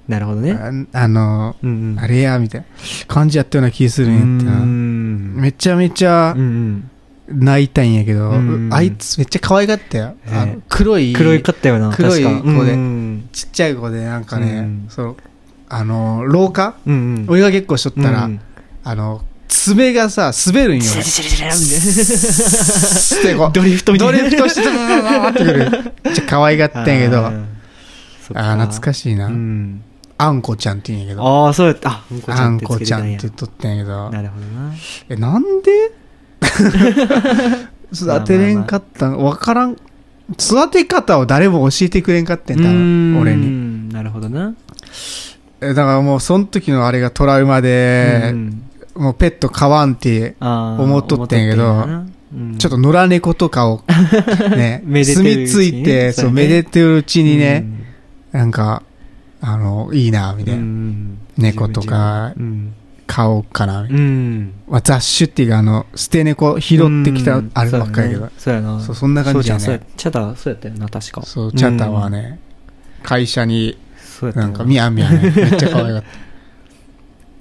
B: なるほどね。
A: な。ああの、
B: うんうん
A: あれや、みたいな感じやったような気する
B: うん
A: やってな。
B: ん
A: めちゃめちゃ
B: うんうん
A: 泣いたんやけど、
B: うん
A: あいつめっちゃ可愛がったよ。あの
B: ね
A: 黒い、
B: 黒いかったよな、
A: 黒い
B: 確か
A: 子で
B: うん
A: ちっちゃい子でなんかね、
B: うん
A: そうあの、廊下、
B: うんうん。
A: 俺が結構しとったら、
B: うん
A: あの、爪がさ、滑るんよ。
B: チラチラチラチラみたい
A: してこう
B: ドリフトみたいな
A: ドリフトして、ドドドドドってくる。めっちゃ可愛がってん
B: な。
A: やけど。
B: あ
A: あ
B: ーそっか
A: あー、懐かしいな。
B: うん。
A: あんこちゃんって言うんやけど。
B: ああ、そうやった。あ、うんこち
A: あ
B: ゃん
A: ん
B: ってつ
A: こ
B: け
A: ち
B: て
A: ゃ
B: た
A: ん
B: ん
A: っ
B: や
A: て。取ってんやけど。
B: なるほどな。
A: え、なん
B: *laughs*
A: で育てれんかったんわからん。育て方を誰も教えてくれんかってんだ、俺
B: うー
A: に。
B: ん。なるほどな。
A: えだからもう、その時のあれがトラウマで
B: う、ん
A: もうペット飼わんって、
B: あー
A: 思っとってんやけど
B: 思っとってんやなうん
A: ちょっと野良猫と
B: *laughs*
A: かを、ね、
B: めでて
A: 住
B: るうちに
A: み着いて、
B: そうや
A: そう、
B: ね
A: めでてるうちにね、なんか、あの、いいな、み
B: う
A: たいな。
B: ん、
A: 猫とか
B: うん、
A: 買おうかな、みたい
B: うん、
A: な。まあ、雑種っていうか、あの、捨て猫拾ってきた、あればっかりやけど。
B: そうやな
A: そうそんな感じやね
B: そうやチャタそうやったよな確か
A: そう、チャタは、ね、会社に、
B: うんそうやった
A: な
B: なん
A: か、みやみ
B: *laughs*
A: やね、めっちゃ可愛かった。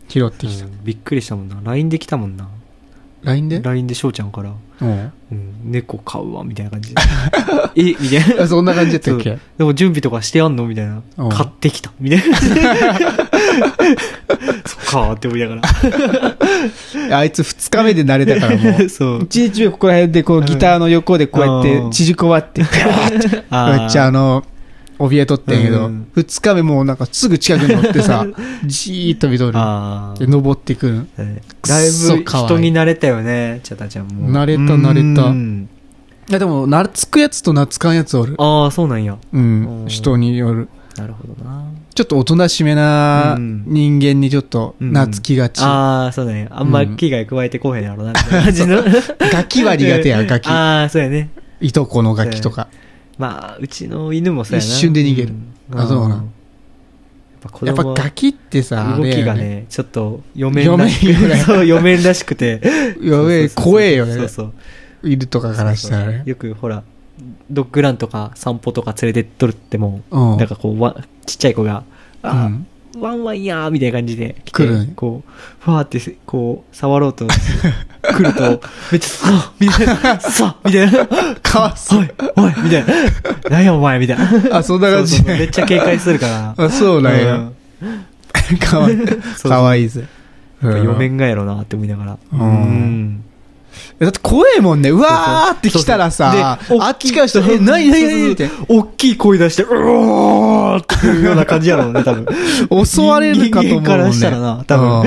A: 拾ってきた
B: う。んびっくりしたもんな LINE で来たもんな
A: LINE で
B: LINE で翔ちゃんから、
A: うん。
B: うん、猫買うわみたいな感
A: *laughs*
B: じでえみたいな
A: あそんな感じやったっけ
B: そうでも準備とかしてあんのみたいな
A: うん
B: 買ってきたみたい
A: *laughs*
B: なそっかーって思いなが
A: *laughs*
B: ら
A: あいつ二日目で慣れたからもう。
B: そう
A: 一日目ここら辺でこう、ギターの横でこうやっ
B: うん
A: て縮こ
B: *laughs*
A: まって、めっちゃあの、怯えとってんやけ
B: う
A: ど
B: ん、
A: 二日目もうなんかすぐ近くに乗って
B: *laughs*
A: さ、じーっと見とる。
B: あー
A: で、登ってくる。
B: だい
A: くっそ
B: ぶ
A: 可愛い
B: 人に慣れたよね、チャタちゃんも。
A: 慣れた
B: うん
A: 慣れたいやでも、懐くやつと懐かんやつおる。
B: ああ、そうなんや。
A: うん
B: う、ん
A: 人による。
B: なるほどな。
A: ちょっとおとなしめな
B: うん
A: 人間にちょっと懐きがち。
B: ああ、そうだね。あんま危害加えてこうへんやろな、みたいな感じの。
A: *laughs* ガキは苦手や、ガキ。
B: ああ、そうやね。
A: いとこのガキとか。
B: まあ、うちの犬もそうやな。
A: 一瞬で逃げる
B: ん
A: あそうなん
B: やっぱ子
A: やっぱ
B: 供は
A: ガキってさ、あ
B: 動
A: れ
B: き
A: や
B: が
A: ね。
B: ね、ちょっと、読めんらし
A: 読め
B: く、
A: んよ
B: *laughs*
A: ね
B: そう、読めんらしくて。
A: やべえ
B: そうそうそう
A: 怖えよね
B: そうそう。
A: いるとかからしたらね。
B: よくほら、ドッグランとか散歩とか連れてっとるっても、
A: うん
B: なんかこう、わちっちゃい子が、
A: う
B: あ
A: ん
B: ー、ワンワンやーみたいな感じで来て、
A: 来るん
B: こう、ふわーってせ、こう、触ろうと、 *laughs* 来ると、めっちゃ、さあみたいな、さあみたいな、
A: かわいそう
B: おい、おい、みたいな、なんやお前、みたいな。
A: あ、そんな感
B: そう
A: じ
B: そうめっちゃ警戒するから。
A: あ、そうなん
B: う
A: や
B: ん。
A: かわいい。
B: そう
A: かわいいぜ。
B: やっぱ
A: うん
B: 嫁んがやろなって思いながら。
A: うん
B: うん
A: だって怖いもんね。うわーって来たらさ、
B: そうそうで
A: あっちからしたら、
B: 大きい
A: え、なになになにっ
B: そう
A: て
B: そうそう大きい声出して、うおーっていうような感じやろうね、多分。
A: 襲われるかと思うも
B: 人間
A: んね。
B: からしたらな多分
A: うん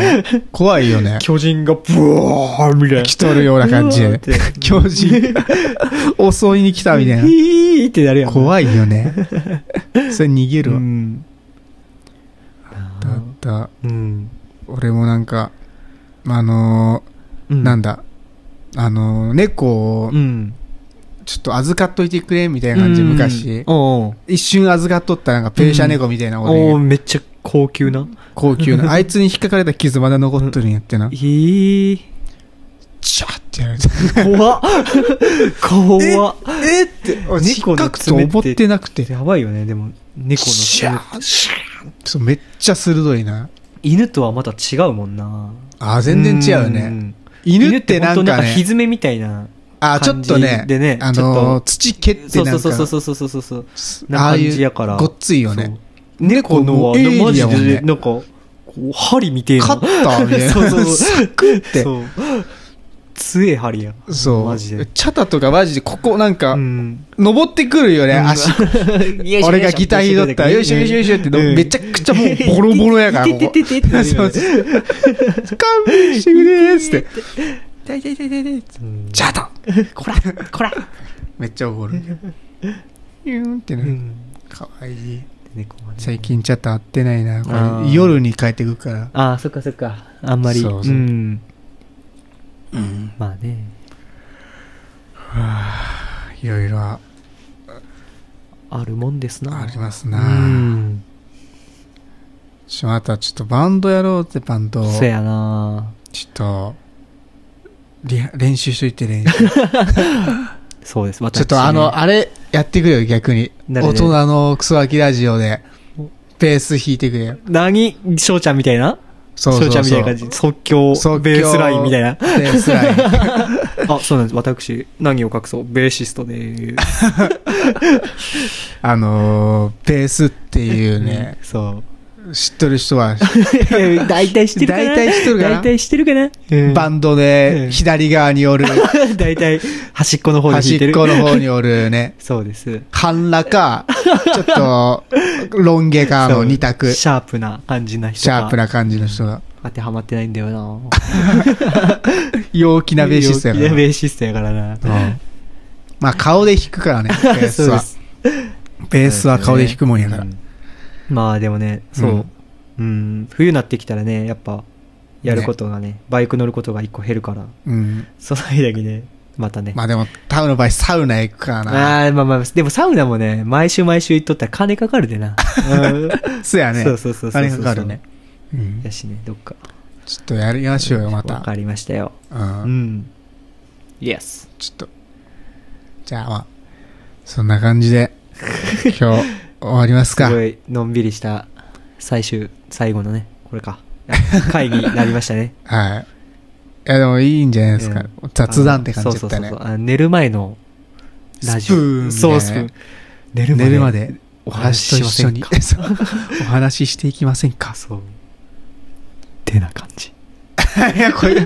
A: 怖い
B: *laughs*
A: よね。
B: 巨人がブワーみたいな。
A: 来とるような感じ
B: うわー
A: で
B: って。
A: 巨人、
B: *laughs*
A: 襲いに来たみたい
B: ヒーってなるや
A: な。
B: ん。
A: 怖い
B: *laughs*
A: よね。それ逃げる
B: う
A: わ。
B: ん。
A: だった。
B: うん。
A: 俺もなんか、あの
B: う
A: ー、
B: ん
A: なん。だ、あのー、猫を
B: うん。
A: ちょっと預かっといてくれ、みたいな感じで
B: うん
A: 昔。
B: おう
A: 一瞬預かっとったなんかペーシャ猫みたいな
B: おう
A: 俺
B: おうめっちゃ高級な。
A: 高
B: *laughs*
A: 級な。あいつに引っかかれた傷まだ残っとるんやってな。
B: ヒー。
A: シャーってやられた。
B: 怖っ怖っ
A: *laughs* えって、俺、
B: 猫
A: 引っ
B: の
A: かくと思ってなくて。
B: やばいよね、でも、猫の
A: シャ
B: 爪。
A: ーシャーそう、めっちゃ鋭いな。
B: 犬とはまた違うもんな。
A: あー、全然違うね。
B: ん。
A: 犬ってなん
B: 犬って本当
A: か
B: なんひ
A: ね、
B: ずめみたいな。
A: あー、ちょっと
B: 感じで
A: ね
B: ね、
A: あ
B: ちょっ
A: のー、
B: と
A: 土蹴って
B: そうそ
A: なんか
B: う、そうそうそうそうそう。
A: ああ
B: な感じ
A: い
B: や
A: う、
B: から
A: ごっついよ
B: そう
A: ね。猫
B: の
A: も
B: は、
A: う鋭
B: マ
A: 利
B: ジ
A: やもん
B: で、
A: ね。
B: なんか、こう、針みてえな。
A: カッターみたいな
B: そうそうそう。
A: サクって
B: そう。強え針や。
A: そう。
B: マ
A: チ
B: ジで。
A: ャタとかマジでここなんか
B: う、ん。
A: 登ってくるよね、足俺がギター拾ったら、よいしょよいしょよいしょって、
B: うん
A: めちゃくちゃもうボロボロやから、
B: いて
A: こ
B: て
A: こ。
B: てててて
A: そうそう。勘弁してくれーっつって。
B: 痛い痛い痛い痛い痛い。
A: ジャタン
B: こら、こら。
A: めっちゃ怒る。ユーンって
B: う
A: ね。
B: ん。
A: かわいい。
B: 猫はね
A: 最。近ちょっと会ってないな。
B: あ
A: これ
B: ー
A: 夜に帰ってくから。
B: ああ、そっかそっか。あんまり。。
A: そうそうん
B: まあね。
A: いろいろあ
B: あるもんですな。
A: ります
B: う
A: な。
B: ん。
A: しまたちょっとバンドやろうってバンド。
B: そやな
A: ちょっと、リハ練習しといて練習。
B: そうです。私
A: *laughs* ちょっとあの、、あれやってくれよ、逆に。
B: 誰
A: 大
B: 々
A: 人のクソガキラジオで、ベース弾いてくれよ。
B: 何翔ちゃんみたいな
A: そうそうそ
B: 翔
A: う。
B: ちゃんみたいな感じ。即興、
A: 即興
B: ベースラインみたいな。
A: ベースライン。
B: *laughs* あ、そうなんです。私、何を隠そう。ベーシストでーす。
A: あのー、ベースっていうね、
B: そ
A: 知ってる人は、
B: いや *laughs* 大体知ってるかな
A: 大体知ってるかな
B: 大体知ってるかな、うん *laughs*
A: バンド
B: うん
A: で左側におる、
B: 大体端っこの方に弾
A: 端
B: いて
A: っ
B: る。
A: この方におるね、
B: そうです。
A: 半裸か、ちょっ
B: *laughs*
A: と、ロン毛か
B: そ
A: の
B: う
A: 二択、シ
B: シャープな感じな人が
A: ャープな感じの人が。
B: 当てはまってないんだよ
A: *laughs*
B: な。
A: 陽気なベーシストやか
B: 陽気なベ
A: ら。
B: ーシストやからな。
A: まあ顔で弾くからね、 *laughs* ベース
B: そうで
A: は。
B: す。
A: ベースは顔で弾くもんやから
B: う。まあでもね、そう。うん、冬になってきたらね、やっぱ、やることがね、バイク乗ることが一個減るから、
A: うん。
B: その間にね、またね。
A: まあでも、タウの場合サウナ行くからな。
B: あーまあまあ、でもサウナもね、毎週毎週行っとったら金かかるでな。うん
A: *laughs* そうやね。
B: そうそうそうそうそう
A: あれかかるね。うん
B: やしね、どっか。
A: ちょっとやりましょうよ、ま
B: わ
A: た
B: か。りましたよ。
A: うん
B: うん。イエス。
A: ちょっと。じゃあまあ、そんな感じ *laughs* で、今日終わります
B: す
A: か。
B: ごい、のんびりした、最終、最後のね、これか。会議になりましたね。
A: はい。いやでもいいんじゃないですか。
B: うん
A: 雑談って感じだ
B: そうそ
A: った
B: うそう
A: ね
B: そう。。あ寝る前のラジオ。
A: スプーンみたいなね
B: そう、スプーン。寝るまで。
A: 寝るまで
B: お
A: お
B: 話し
A: 話と
B: しま
A: 一
B: せ
A: 緒
B: ん
A: に
B: か
A: そうお話ししていきません *laughs* か。
B: そう。てな感じ。
A: いや、 *laughs* これ。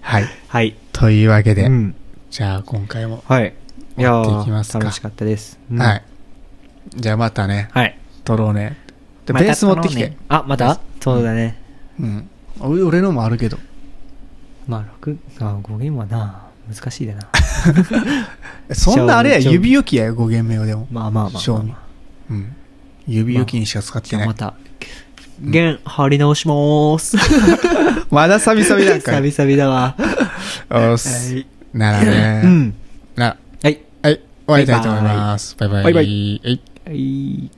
A: はい。
B: はい。
A: というわけで、
B: うん。
A: じゃあ今回も。
B: はい。いや
A: 終わっていきます
B: ー
A: か
B: 楽しかったです。うん
A: はい。。じゃあまたね、
B: はい。
A: 撮ろうね。で、
B: また
A: ベース持ってきて。
B: あ、またそうだね。
A: うん。俺俺のもあるけど。
B: まあ、楽、あ、語源はな、難しいだな。
A: そんなあれや、
B: 正味
A: 指置きやよ、5弦目をでも。
B: まあまあまあまあ
A: 正
B: まあ、
A: 味うん。指置きにしか使って
B: じゃ
A: な
B: あ
A: い。
B: また、弦張り直しまー
A: *laughs*
B: す。
A: まだサビサビなんか
B: 久
A: い。
B: 々だわ。
A: おっ
B: は
A: す
B: い。
A: ならね。
B: う。ん。
A: な
B: はい。
A: はい、終わりたいと思います。バイバイ。
B: バイバ
A: はい
B: はい。